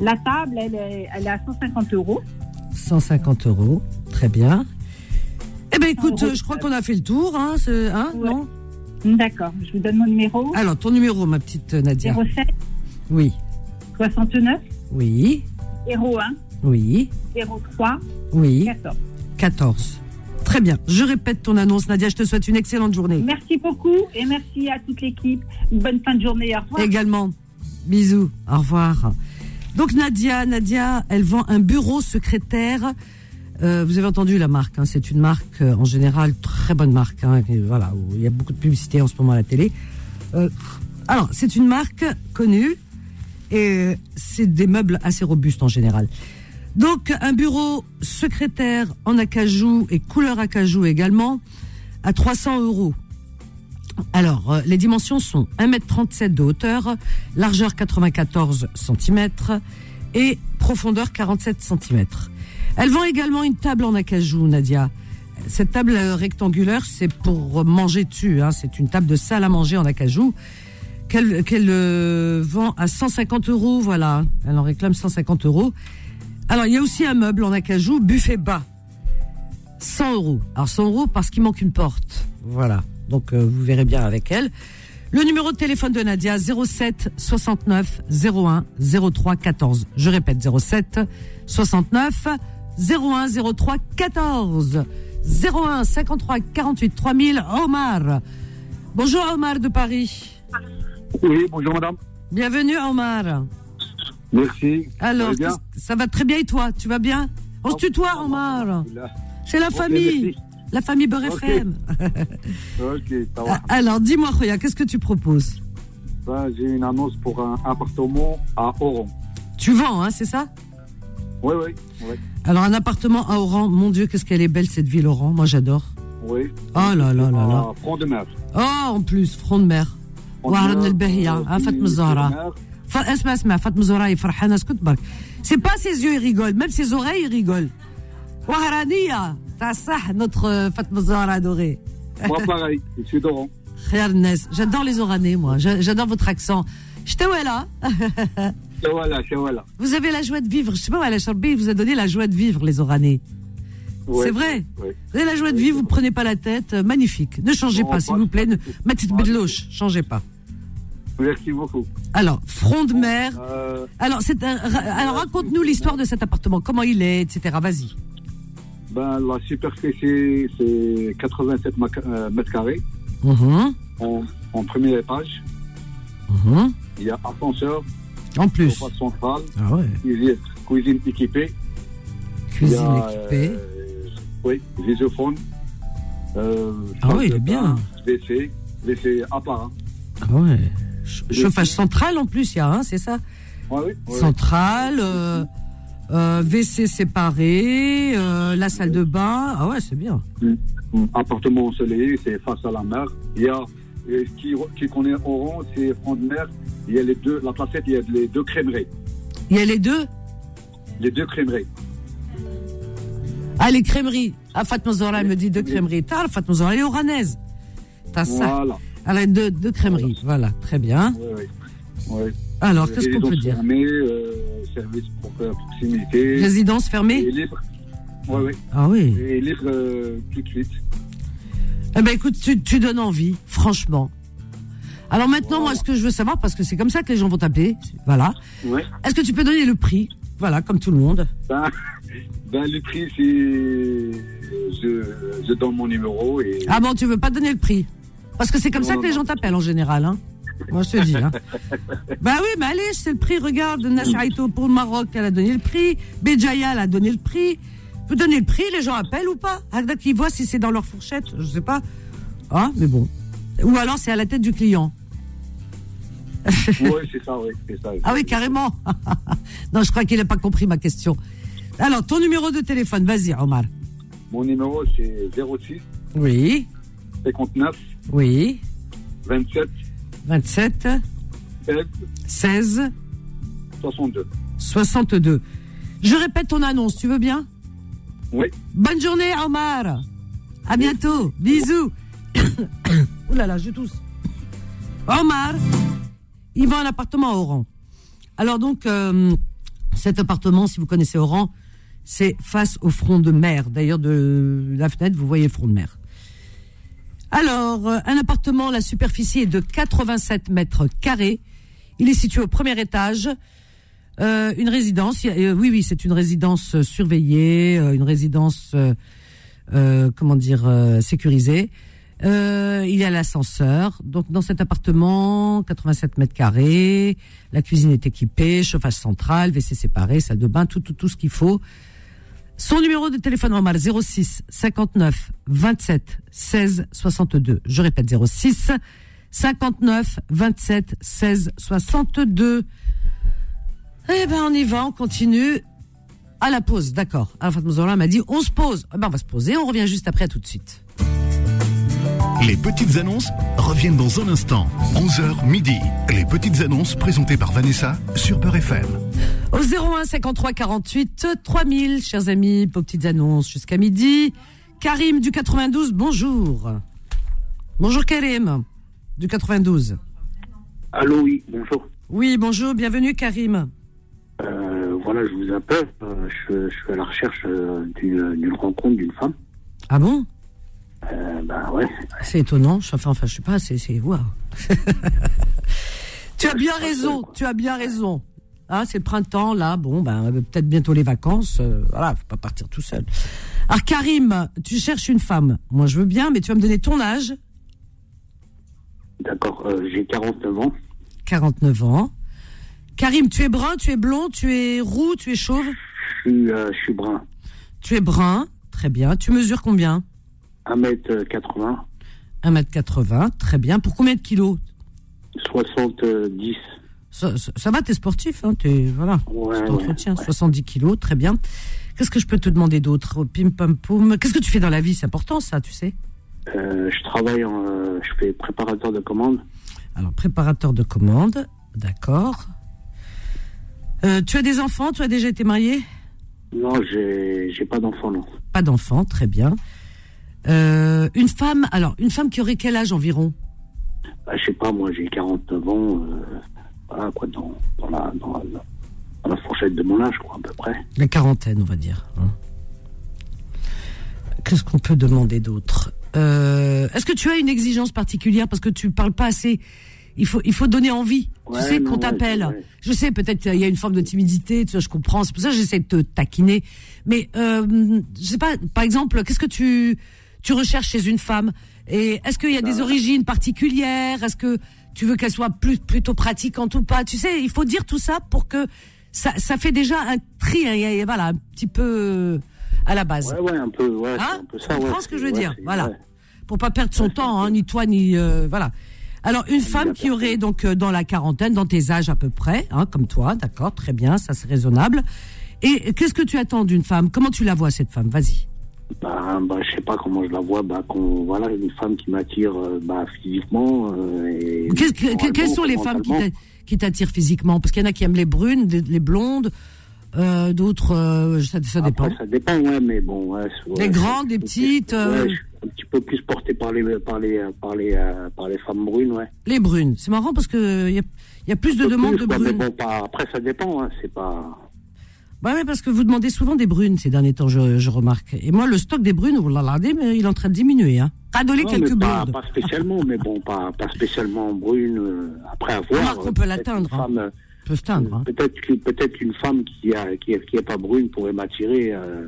La table, elle est, elle est à 150 euros. 150 euros, très bien. Eh bien, écoute, euros. euh, je crois qu'on a fait le tour, hein, ce- hein, Ouais. non D'accord, je vous donne mon numéro. Alors, ton numéro, ma petite euh, Nadia. 07 Oui, 69 oui, 01 oui, 03 oui. 14. 14. Très bien. Je répète ton annonce, Nadia. Je te souhaite une excellente journée. Merci beaucoup et merci à toute l'équipe. Une bonne fin de journée. Au revoir. Également. Bisous. Au revoir. Donc, Nadia, Nadia, elle vend un bureau secrétaire. Euh, vous avez entendu la marque. hein. C'est une marque, euh, en général, très bonne marque. hein. Et voilà. où Il y a beaucoup de publicité en ce moment à la télé. Euh, alors, c'est une marque connue. Et c'est des meubles assez robustes en général. Donc, un bureau secrétaire en acajou et couleur acajou également à 300 euros. Alors, euh, les dimensions sont 1m37 de hauteur, largeur 94 cm et profondeur 47 cm. Elle vend également une table en acajou, Nadia. Cette table euh, rectangulaire, c'est pour manger dessus. hein. C'est une table de salle à manger en acajou qu'elle qu'elle, euh, vend à 150 euros. Voilà, elle en réclame 150 euros. Alors, il y a aussi un meuble en acajou, buffet bas. 100 euros. Alors 100 euros parce qu'il manque une porte. Voilà. Donc euh, vous verrez bien avec elle. Le numéro de téléphone de Nadia 07 69 01 03 14. Je répète 07 69 01 03 14. 01 53 48 3000 Omar. Bonjour Omar de Paris. Oui, bonjour madame. Bienvenue Omar. Merci. Alors Ça va bien Ah, qu'est-ce- ça va très bien et toi Tu vas bien On se tutoie Omar. C'est la Ok, famille. La famille Beurre Ok. FM. merci. Ok, ça va. Ah, Alors, dis-moi, Roya, qu'est-ce que tu proposes Ben, J'ai une annonce pour un appartement à Oran. Tu vends, hein, c'est ça Oui, oui, oui. Alors, un appartement à Oran, mon Dieu, qu'est-ce qu'elle est belle cette ville, Oran. Moi, j'adore. oui. Oh là là là là. À Front de mer. Oh, en plus, front de mer. وعرض euh, البهية، عفت من الزهرة. hein, Fa- Esma, esma, Fatma Zoraï, Farhana, Skoutbark. C'est pas ses yeux, ils rigolent. Même ses oreilles, ils rigolent. Waharania, t'as ça, notre euh, Fatma Zahra adorée. Moi, pareil, je suis d'Oran. Khayar Nes. J'adore les Oranais, moi. J'a- J'adore votre accent. là Chawala, Chawala. hein vous avez la joie de vivre. Je sais pas, la Charbi vous a donné la joie de vivre, les Oranais. Ouais. C'est vrai Ouais. Vous avez la joie de Oui, vivre, c'est vous prenez pas la tête. euh, magnifique. Ne changez Non, pas, s'il pas- vous plaît. Ne, ma petite pas- bedeloche, changez pas. Merci beaucoup. Alors, front de mer. Euh, Alors, c'est un- ra- alors raconte-nous l'histoire de cet appartement. Comment il est, etc. Vas-y. ben, la superficie, c'est 87 ma- euh, mètres carrés Mhm, en, en premier étage. mhm. Il y a ascenseur, En plus. sofa central, Ah ouais. cuisine, cuisine équipée. Il y Cuisine a, équipée. euh, oui, visiophone. Euh, Ah salle oui, il de est bain, bien. WC, WC à part. hein. Ah ouais. Ch- Chauffage central en plus, il y a un, c'est ça Ouais, Ah oui, oui, Centrale, euh, euh, WC séparé, euh, la salle de bain. Ah ouais, c'est bien. oui. Appartement ensoleillé, c'est face à la mer. Il y a, euh, qui, qui connaît Oran, c'est front de mer. Il y a les deux, la placette, il y a les deux crèmeries. Il y a les deux Les deux crèmeries. Ah, les crèmeries. Ah, Fatma Zahra, elle me dit deux crèmeries. T'as, Fatma Zahra, elle est oranaise. T'as Ah, ça. Voilà. Elle a deux, deux crèmeries. Voilà, très bien. Oui, oui. Oui. Alors, qu'est-ce qu'on peut Résidence dire fermée, euh, service pour euh, proximité. Résidence Et fermée libre. Oui, oui. Ah oui. Et libre euh, tout de suite. Eh ben, écoute, tu, tu donnes envie, franchement. Alors maintenant, moi, ce que je veux savoir, parce que c'est comme ça que les gens vont taper, voilà. Ouais. Est-ce que tu peux donner le prix Voilà, comme tout le monde. Ben, ben, le prix, c'est. Je, je donne mon numéro et. Ah bon, tu veux pas donner le prix Parce que c'est comme Non, ça non, que les non. gens t'appellent en général, hein Moi, je te dis. Hein. bah oui, mais allez, c'est le prix. Regarde, Nasser Aito pour le Maroc, elle a donné le prix. Béjaïa, elle a donné le prix. Vous donnez le prix, les gens appellent ou pas Agda qui voit si c'est dans leur fourchette, je sais pas. Ah, mais bon. Ou alors c'est à la tête du client. Oui, c'est ça, oui. c'est ça. Ah oui, carrément. non, je crois qu'il n'a pas compris ma question. Alors, ton numéro de téléphone, vas-y, Omar. Mon numéro, c'est 06 Oui, 59 oui. 27 27 16 16 62. 62. Je répète ton annonce, tu veux bien Oui. Bonne journée, Omar. À bientôt. Bisous. Ouh là là, je tousse. Omar, il vend un appartement à Oran. Alors donc, euh, cet appartement, si vous connaissez Oran, c'est face au front de mer. D'ailleurs, de la fenêtre, vous voyez le front de mer. Alors, euh, un appartement, la superficie est de 87 mètres carrés. Il est situé au premier étage. Euh, une résidence, il y a- euh, oui, oui, c'est une résidence euh, surveillée, euh, une résidence, euh, euh, comment dire, euh, sécurisée. Euh, il y a l'ascenseur. Donc, dans cet appartement, 87 mètres carrés, la cuisine est équipée, chauffage central, WC séparé, salle de bain, tout, tout, tout ce qu'il faut. Son numéro de téléphone normal 06 59 27 16 62. Je répète 06 59 27 16 62. Eh ben on y va, on continue à la pause, d'accord. Arafat Mouzola m'a dit on se pose. Eh ben on va se poser, on revient juste après, à tout de suite. Les petites annonces reviennent dans un instant. 11h midi. Les petites annonces présentées par Vanessa sur Peur FM. Au 01 53 48 3000, chers amis, pour petites annonces jusqu'à midi. Karim du 92, bonjour. Bonjour Karim du 92. Allô, oui, bonjour. Oui, bonjour, bienvenue Karim. Euh, voilà, je vous appelle. Euh, je, je suis à la recherche euh, d'une d'une rencontre d'une femme. Ah bon Euh, bah ouais. C'est étonnant. je- Enfin, enfin, je sais pas. C'est, c'est waouh. tu as bien raison. Tu as bien raison. Ah, c'est le printemps là. Bon, ben euh, peut-être bientôt les vacances. euh, voilà, faut pas partir tout seul. Alors Karim, tu cherches une femme. Moi, je veux bien, mais tu vas me donner ton âge. D'accord, euh, j'ai 49 ans. 49 ans. Karim, tu es brun, tu es blond, tu es roux, tu es chauve, Je suis, euh, je suis brun. tu es brun. Très bien. Tu mesures combien 1m80, 1m80. Très bien. Pour combien de kilos 70. ça, ça- ça va, t'es sportif, hein, t'es, voilà. Ouais, tu ouais, t'entretiens, 70 kilos, très bien. Qu'est-ce que je peux te demander d'autre Pim pam poum. Qu'est-ce que tu fais dans la vie C'est important, ça, tu sais. Euh, je travaille, en, euh, je fais préparateur de commandes. Alors, préparateur de commandes, d'accord. Euh, tu as des enfants Tu as déjà été marié Non, j'ai j'ai pas d'enfant, non. Pas d'enfants, très bien. Euh, une femme, alors, une femme qui aurait quel âge environ Bah, je sais pas, moi j'ai 49 ans. Euh, voilà, quoi, dans, dans, la, dans, la, dans la fourchette de mon âge, quoi, à peu près. La quarantaine, on va dire. hein. Qu'est-ce qu'on peut demander d'autre Euh, Est-ce que tu as une exigence particulière parce que tu parles pas assez Il faut, il faut donner envie. Ouais, tu sais non, qu'on ouais, t'appelle. ouais. Je sais, peut-être euh, il y a une forme de timidité. Tu vois, je comprends. C'est pour ça que j'essaie de te taquiner. Mais euh, je sais pas. Par exemple, qu'est-ce que tu tu recherches chez une femme Et est-ce qu'il y a des origines particulières Est-ce que tu veux qu'elle soit plus plutôt pratiquante ou pas Tu sais, il faut dire tout ça pour que ça ça fait déjà un tri. hein, et- et voilà, un petit peu euh, à la base. Ouais, ouais, un peu, ouais, Hein c'est un peu ça, Tu ouais. comprends ce que je veux Ouais, dire c'est- Voilà. ouais. Pour pas perdre son temps, hein, ni toi, ni. euh, voilà. Alors, une femme qui aurait donc euh, dans la quarantaine, dans tes âges à peu près, hein, comme toi, d'accord, très bien, ça c'est raisonnable. Et euh, qu'est-ce que tu attends d'une femme Comment tu la vois, cette femme Vas-y. Bah, bah, je sais pas comment je la vois. Bah, qu'on, voilà, une femme qui m'attire euh, bah, physiquement. euh, et Qu'est-ce que- que- quelles sont les femmes qui mentalement. t'a- qui t'attirent physiquement Parce qu'il y en a qui aiment les brunes, des- les blondes, euh, d'autres, euh, ça, ça dépend. Après, ça dépend, ouais, mais bon. Ouais, c'est- ouais, Les grandes, les je suis- petites, euh, Ouais, je suis un petit peu plus porté par les, par les, euh, par les, euh, par les femmes brunes, ouais. Les brunes, c'est marrant parce que euh, il y, a- y a plus de Un peu demandes plus, de quoi, mais brunes. bon, pas- après, ça dépend, hein, c'est pas. Bah ouais, parce que vous demandez souvent des brunes ces derniers temps, je, je remarque. Et moi, le stock des brunes, vous l'avez mais il est en train de diminuer. Hein. Radoler Non, quelques mais pas, blondes. pas spécialement, mais bon, pas, pas spécialement brune. euh, après, à voir. Remarque, on euh, peut peut-être l'atteindre, une hein. femme, euh, On peut se teindre. Hein. Peut-être que- peut-être qu'une femme qui a qui, est- qui est pas brune pourrait m'attirer euh,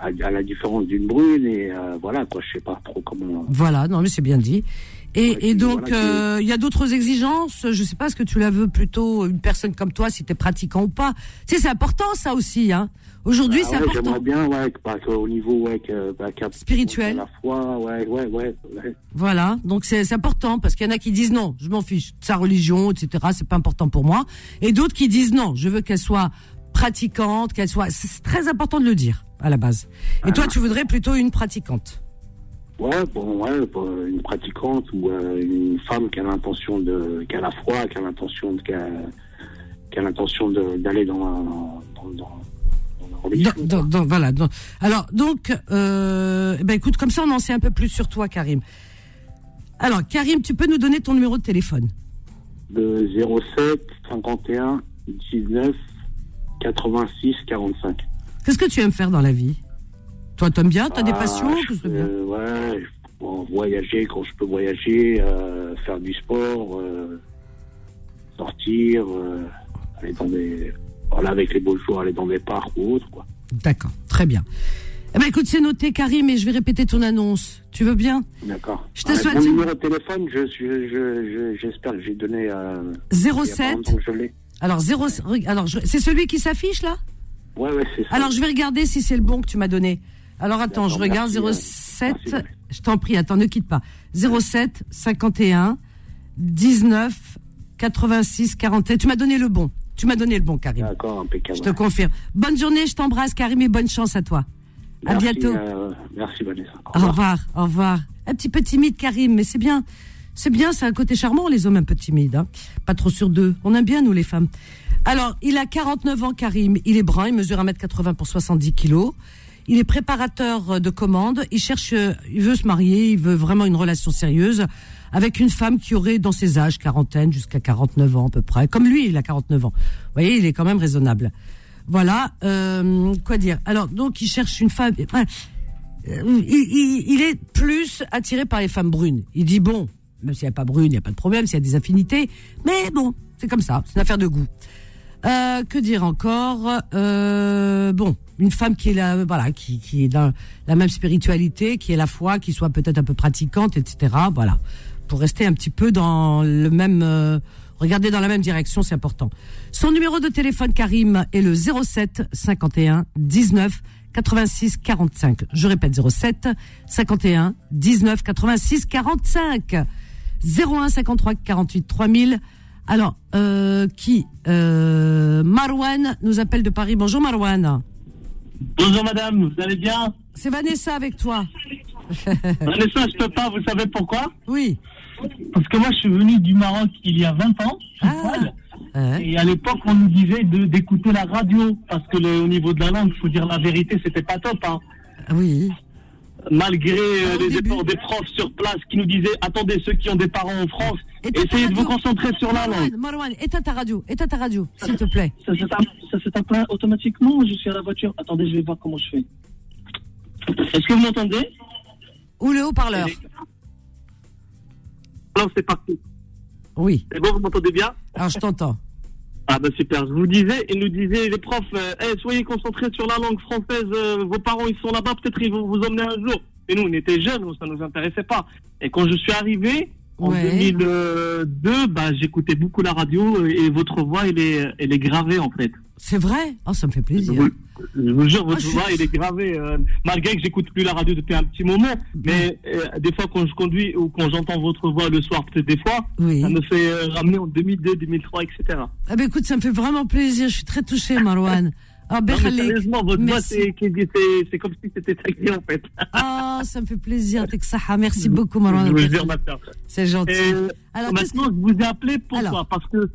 à, à la différence d'une brune et euh, voilà quoi je sais pas trop comment Voilà, non hein. mais c'est bien dit. Et, Ouais, et puis donc, voilà, euh, il y a d'autres exigences. Je sais pas, est-ce que tu la veux plutôt une personne comme toi, si tu es pratiquant ou pas Tu sais, c'est important ça aussi. Hein. Aujourd'hui, Ah c'est ouais, important. J'aimerais bien, ouais, que- bah, que au niveau, ouais, que, bah, qu'à- Spirituel. À la foi, ouais, ouais, ouais. ouais. Voilà, donc c'est c'est important parce qu'il y en a qui disent non, je m'en fiche de sa religion, etc. C'est pas important pour moi. Et d'autres qui disent non, je veux qu'elle soit pratiquante, qu'elle soit. C'est c'est très important de le dire à la base. Et toi, tu voudrais plutôt une pratiquante. Ouais, bon, ouais, bon, une pratiquante ou euh, une femme qui a l'intention de, qui a la foi, qui a l'intention de, qui a, qui a l'intention de- d'aller dans, la- dans, dans, dans la religion. Dans- dans- dans- voilà. dans- Alors donc, euh, eh ben écoute, comme ça, on en sait un peu plus sur toi, Karim. Alors, Karim, tu peux nous donner ton numéro de téléphone De 07 51 19 86 45. Qu'est-ce que tu aimes faire dans la vie Toi, t'aimes bien T'as des Ah, passions je Qu'est-ce que peux- t'aimes bien Ouais, je- bon, voyager quand je peux voyager, euh, faire du sport, euh, sortir, euh, aller dans des. Voilà, avec les beaux jours, aller dans des parcs ou autre, quoi. D'accord, très bien. Eh ben écoute, c'est noté, Karim, et je vais répéter ton annonce. Tu veux bien D'accord. Je te Ah, souhaite Mon une- numéro de téléphone, j'espère je, je, je, j'espère que j'ai donné. Euh, il y a pas 07 longtemps que je l'ai. Alors, 0, alors je- c'est celui qui s'affiche là Ouais, ouais, c'est ça. Alors, je vais regarder si c'est le bon que tu m'as donné. Alors, attends, je D'accord, regarde merci, 07. euh, merci. Je t'en prie, attends, ne quitte pas. 07 51 19 86 41. Tu m'as donné le bon. Tu m'as donné le bon, Karim. D'accord, impeccable. Je te confirme. Bonne journée, je t'embrasse, Karim, et bonne chance à toi. À Merci, bientôt. euh, merci, Vanessa. Au Au revoir. revoir, au revoir. Un petit peu timide, Karim, mais c'est bien. C'est bien, c'est un côté charmant, les hommes un peu timides. hein. Pas trop sur deux. On aime bien, nous, les femmes. Alors, il a 49 ans, Karim. Il est brun, il mesure 1m80 pour 70 kilos. Il est préparateur euh, de commandes. Il cherche, euh, il veut se marier, il veut vraiment une relation sérieuse avec une femme qui aurait dans ses âges, quarantaine jusqu'à 49 ans à peu près. Comme lui, il a 49 ans. Vous voyez, il est quand même raisonnable. Voilà, euh, quoi dire Alors, donc, il cherche une femme... Ouais. Euh, il, il- il est plus attiré par les femmes brunes. Il dit bon, même s'il n'y a pas brune, il n'y a pas de problème, s'il y a des affinités. Mais bon, c'est comme ça, c'est une affaire de goût. Euh, que dire encore Euh, Bon, une femme qui est là, voilà, qui, qui est dans la même spiritualité, qui est la foi, qui soit peut-être un peu pratiquante, etc. Voilà, pour rester un petit peu dans le même, euh, regarder dans la même direction, c'est important. Son numéro de téléphone Karim est le 07 51 19 86 45. Je répète 07 51 19 86 45. 01 53 48 3000. Alors, euh, qui euh, Marwan nous appelle de Paris. Bonjour Marwan. Bonjour madame, vous allez bien C'est Vanessa avec toi. Vanessa, Ah, je peux pas, vous savez pourquoi Oui. Parce que moi je suis venu du Maroc il y a 20 ans, je suis Ah. poil, Ouais. et à l'époque on nous disait de- d'écouter la radio, parce que le, au niveau de la langue, faut dire la vérité, c'était pas top. hein. Euh, Oui. Malgré euh, Ah, Au les début. efforts des profs sur place qui nous disaient attendez ceux qui ont des parents en France, Et Ah, ta essayez de vous radio. concentrer sur la Marwan, langue. Marwan, éteins ta radio. Éteins ta radio, s'il te plaît. Ça se tape, ça se tape là, automatiquement, je suis à la voiture. Attendez, je vais voir comment je fais. Est-ce que vous m'entendez Ou le haut-parleur. Alors c'est parti. Oui. C'est bon, vous m'entendez bien Alors je t'entends. Ah ben super, je vous disais, ils nous disaient, les profs, euh, Eh, soyez concentrés sur la langue française, euh, vos parents ils sont là-bas, peut-être ils vont vous emmener un jour. Et nous on était jeunes, nous, ça nous intéressait pas. Et quand je suis arrivé, en Ouais. 2002, bah, j'écoutais beaucoup la radio euh, et votre voix elle est, elle est gravée en fait. C'est vrai Oh, ça me fait Je plaisir. vous, je vous jure, votre Ah, je- voix elle est gravée, euh, malgré que j'écoute plus la radio depuis un petit moment, mais euh, des fois quand je conduis ou quand j'entends votre voix le soir, peut-être des fois, Oui. ça me fait euh, ramener en 2002, 2003, etc. Ah ben écoute, ça me fait vraiment plaisir. Je suis très touchée, Marwan. Ah, Non, mais Berlik. sérieusement, votre voix, Merci. c'est c'est- c'est- c'est comme si c'était tagué en fait. Ah, ça me fait plaisir, Texaha. Merci beaucoup, Marwan. Je vous le dis, ma sœur. C'est gentil. Et Alors, qu'est-ce maintenant, je vous ai appelé pourquoi Alors. Parce que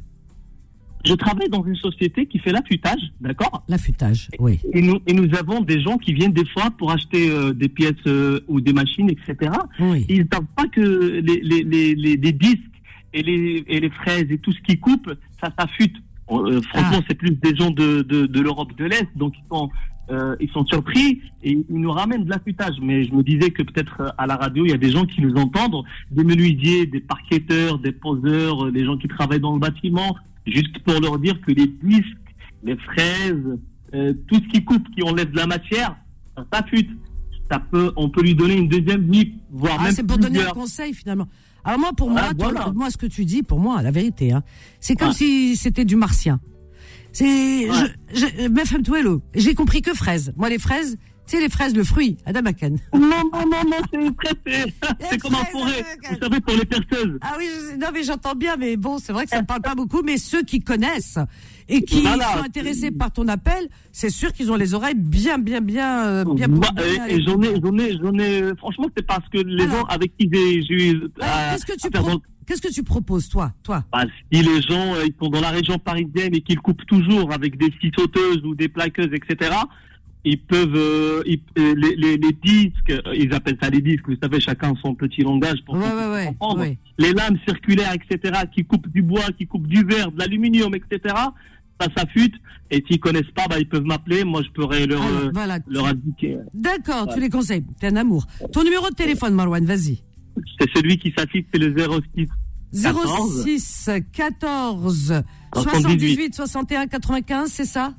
je travaille dans une société qui fait l'affûtage, d'accord L'affûtage, oui. et nous, et nous avons des gens qui viennent des fois pour acheter euh, des pièces euh, ou des machines, etc. Oui. Ils ne savent pas que les, les, les, les- les disques et les, et les fraises et tout ce qui coupe, ça s'affûte. Euh, franchement, c'est plus des gens de, de, de l'Europe de l'Est, donc ils sont, euh, ils sont surpris et ils nous ramènent de l'affûtage. Mais je me disais que peut-être euh, à la radio, il y a des gens qui nous entendent, des menuisiers, des parqueteurs, des poseurs, euh, des gens qui travaillent dans le bâtiment, juste pour leur dire que les disques, les fraises, euh, tout ce qui coupe, qui enlève de la matière, ça s'affûte. ça peut, on peut lui donner une deuxième vie, voire Ah, même c'est pour donner un plusieurs. conseil finalement. Alors moi, pour Ah, moi, toi, voilà. moi, ce que tu dis, pour moi, la vérité, hein, c'est comme Ouais. si c'était du martien. C'est, je, je, ma femme Touello, j'ai compris que fraises. Moi, les fraises, tu sais, les fraises, le fruit, Adamakan. Non, non, non, non, c'est très, c'est- c'est comme en fraises, forêt. euh, Vous savez, pour les perceuses. Ah oui, je- non mais j'entends bien, mais bon, c'est vrai que ça ne parle pas beaucoup, mais ceux qui connaissent et qui Voilà. sont intéressés par ton appel, c'est sûr qu'ils ont les oreilles bien, bien, bien, euh, bien. Moi, bien et, et j'en ai, j'en ai, j'en ai, euh, franchement, c'est parce que les Alors. gens avec qui j'ai, j'ai eu, Alors, à- qu'est-ce que tu à faire pro- dans- Qu'est-ce que tu proposes, toi, toi Bah, si les gens euh, ils sont dans la région parisienne et qu'ils coupent toujours avec des scies sauteuses ou des plaqueuses, etc., ils peuvent euh, ils- euh, les, les, les disques, euh, ils appellent ça les disques, vous savez, chacun son petit langage pour Ouais, qu'on ouais, puisse ouais, comprendre. ouais. Les lames circulaires, etc., qui coupent du bois, qui coupent du verre, de l'aluminium, etc., ça s'affûte. Et s'ils connaissent pas, bah, ils peuvent m'appeler. Moi, je pourrais leur, Alors, euh, Ah, voilà. leur indiquer. D'accord, tu les conseilles. T'es un amour. Ton numéro de téléphone, Marwan, vas-y. C'est celui qui s'affiche, c'est le 06. 14. 06 14 78 78, 61 95, c'est ça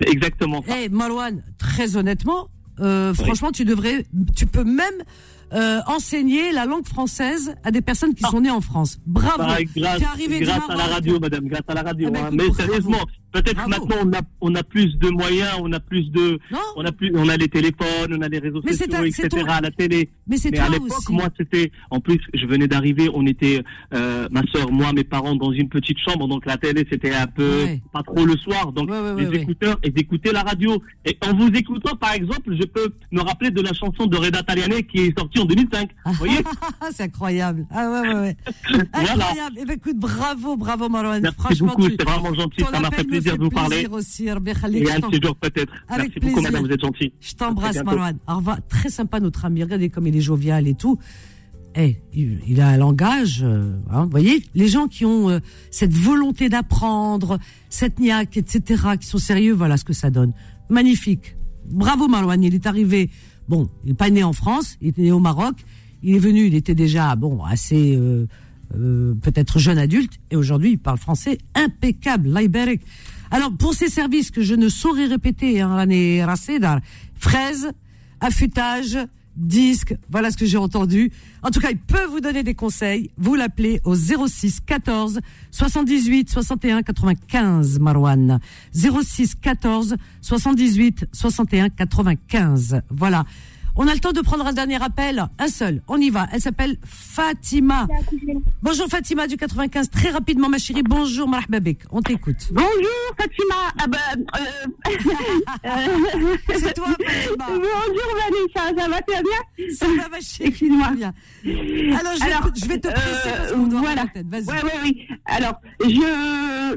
C'est exactement Eh ça. Malouane, très honnêtement, euh, franchement, tu devrais, tu peux même euh, enseigner la langue française à des personnes qui sont nées en France. Bravo. Ah. Bah, grâce Ah T'es arrivé du grâce à la Maroc. radio, madame, grâce à la radio. Ah bah, hein. écoute, Mais bravo. sérieusement, peut-être que Bravo. maintenant on a, on a plus de moyens, on a plus de, Non, on a plus, on a les téléphones, on a les réseaux Mais c'est sociaux, ta- c'est etc. ton- à la télé. mais c'est Mais toi à l'époque, aussi. moi, c'était, en plus, je venais d'arriver, on était, euh, ma sœur, moi, mes parents, dans une petite chambre, donc la télé, c'était un peu, Ouais. pas trop le soir, donc Ouais, ouais, les ouais, ouais. écouteurs et d'écouter la radio. Et en vous écoutant, par exemple, je peux me rappeler de la chanson de Reda Taliané qui est sortie en 2005. Vous voyez Ah, c'est incroyable. Ah ouais, ouais, ouais. Voilà. Incroyable. Eh ben, écoute, bravo, bravo, Marouane. Merci Franchement, beaucoup, tu- c'est vraiment gentil, ton ça m'a appel fait me plaisir de vous parler. plaisir aussi, Rabbi Khalil. Et Je un t'en- petit jour peut-être. Avec Merci beaucoup, plaisir. madame, vous êtes gentille. Je t'embrasse, À bientôt. Marwan. Au revoir. Très sympa, notre ami. Regardez comme il est jovial et tout. Eh, il, il a un langage. euh, hein, vous voyez, les gens qui ont euh, cette volonté d'apprendre, cette niaque, etc., qui sont sérieux, voilà ce que ça donne. Magnifique. Bravo, Marwan. Il est arrivé. Bon, il n'est pas né en France, il est né au Maroc. Il est venu, il était déjà, bon, assez. euh, euh, peut-être jeune adulte, et aujourd'hui il parle français impeccable, l'Iberic. Alors pour ces services que je ne saurais répéter, hein, l'année rassée, dans- fraises, affûtage, disques, voilà ce que j'ai entendu. En tout cas, il peut vous donner des conseils. Vous l'appelez au 06 14 78 61 95, Marwan. 06 14 78 61 95. Voilà. On a le temps de prendre un dernier appel, un seul. On y va. Elle s'appelle Fatima. Bonjour Fatima du 95. Très rapidement, ma chérie. Bonjour Marhababek. On t'écoute. Bonjour Fatima. Ah ben, euh, C'est toi, Fatima. bonjour Vanessa, ça va très bien Ça va, ma chérie. Excuse-moi. Bien. Alors, je, vais Alors, te- je vais te presser parce euh, qu'on doit voilà. avoir la tête. Vas-y. Oui, oui, oui. Alors, je,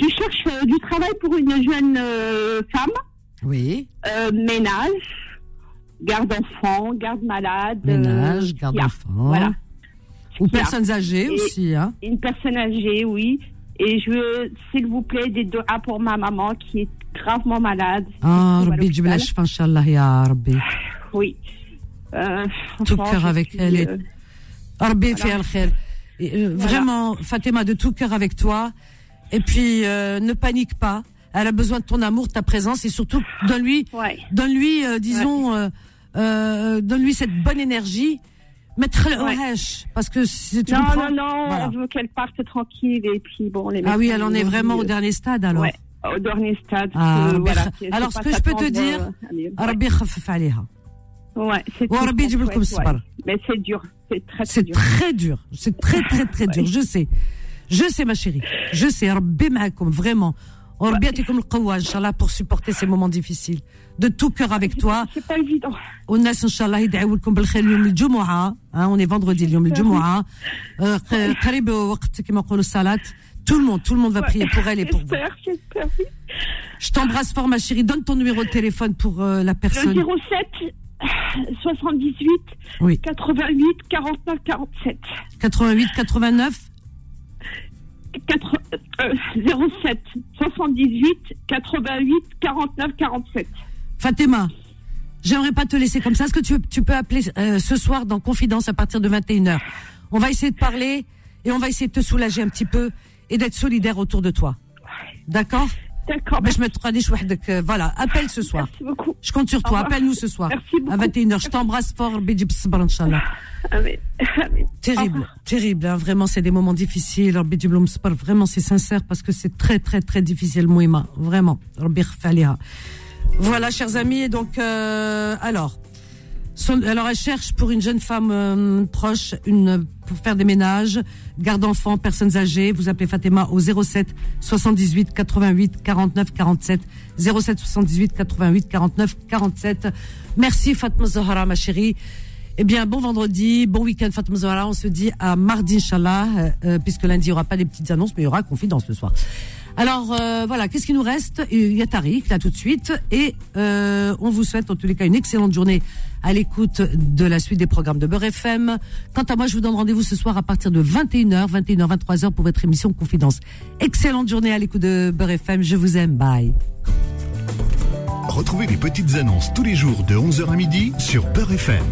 je cherche euh, du travail pour une jeune euh, femme, Oui. euh, ménage, garde enfant, garde malade. euh, Ménage, garde psychiatre. enfant. Voilà. Ou Psychiatre. personnes âgées Et- aussi. Hein. Une personne âgée, oui. Et je veux, s'il vous plaît, des doigts pour ma maman qui est gravement malade. Ah, trouve à Rabbi, jib l'hôpital. lashfa, Inch'Allah, ya Rabbi. Oui. Euh, Tout franchement, cœur je avec suis, elle et- euh, Rabbi fait al-khair. Et, euh, Voilà. Vraiment, Fatima, de tout cœur avec toi. Et puis, euh, ne panique pas. Elle a besoin de ton amour, de ta présence et surtout, donne-lui ouais. donne-lui, euh, disons, euh, euh, donne-lui cette bonne énergie. Mettre le Ouais. hache, parce que c'est tu Non, comprends non, non, Voilà. on veut qu'elle parte tranquille et puis bon, les Ah oui, médecins elle en nous est ont vraiment dit, au euh, dernier stade alors. Ouais, au dernier stade. Ah, que, Rabbi voilà, Kha- que alors, faut ce pas que je peux te s'attendre, dire, euh, à mieux. Rabbi يخفف عليها. Ouais, c'est Wa tout Rabbi ce qu'on يجيب لكم souhaite, ouais. الصبر. Mais c'est dur, c'est très, très Ah, C'est dur. très dur. C'est très, très, très dur. Je sais. Je sais, ma chérie. Je sais. Rabbi معاكم, vraiment. Oh, Rabbi يعطيكم القوة, Inch'Allah, pour supporter ces moments difficiles. De tout cœur avec toi. C'est pas évident. والناس ان شاء الله يدعيو لكم بالخير اليوم الجمعه ها اوني فوندردي اليوم الجمعه آه، ق- قريب وقت كما نقولوا الصلاه tout le monde, tout le monde va prier pour elle et pour vous. J'espère, j'espère. oui. Je t'embrasse fort, ma chérie. Donne ton numéro de téléphone pour euh, la Le personne. 07 78 Oui. 88 49 47 88 89 Quatre- euh, 07 78 88 49 47 Fatima, j'aimerais pas te laisser comme ça. Est-ce que tu, tu peux appeler euh, ce soir dans Confidence à partir de 21h On va essayer de parler et on va essayer de te soulager un petit peu et d'être solidaire autour de toi. D'accord D'accord. باش ما تبقانيش وحدك آه، فوالا ابل سو سوار Je compte sur toi. Appelle-nous ce soir. À 21h. Je t'embrasse fort. Bidjib Sabr, Inch'Allah. Terrible. Terrible. hein. Vraiment, c'est des moments difficiles. Rabbi Djiblom Sabr, Vraiment, c'est sincère parce que c'est très, très, très difficile, Mouima. Vraiment. Rabbi Khfif Aliha. Voilà, chers amis. Et donc, euh, alors. son- alors, elle cherche pour une jeune femme euh, proche, une, pour faire des ménages, garde enfants, personnes âgées. Vous appelez Fatima au 07 78 88 49 47. 07 78 88 49 47. Merci Fatma Zahra, ma chérie. Eh bien, bon vendredi, bon week-end Fatma Zahra. On se dit à mardi, Inch'Allah, euh, euh, puisque lundi, il n'y aura pas des petites annonces, mais il y aura confidence le soir. Alors, euh, voilà, qu'est-ce qui nous reste Il y a Tariq, là, tout de suite. Et euh, on vous souhaite, en tous les cas, une excellente journée à l'écoute de la suite des programmes de Beurre FM. Quant à moi, je vous donne rendez-vous ce soir à partir de 21h, 21h, 23h pour votre émission Confidence. Excellente journée à l'écoute de Beurre FM. Je vous aime. Bye. Retrouvez les petites annonces tous les jours de 11h à midi sur Peur FM.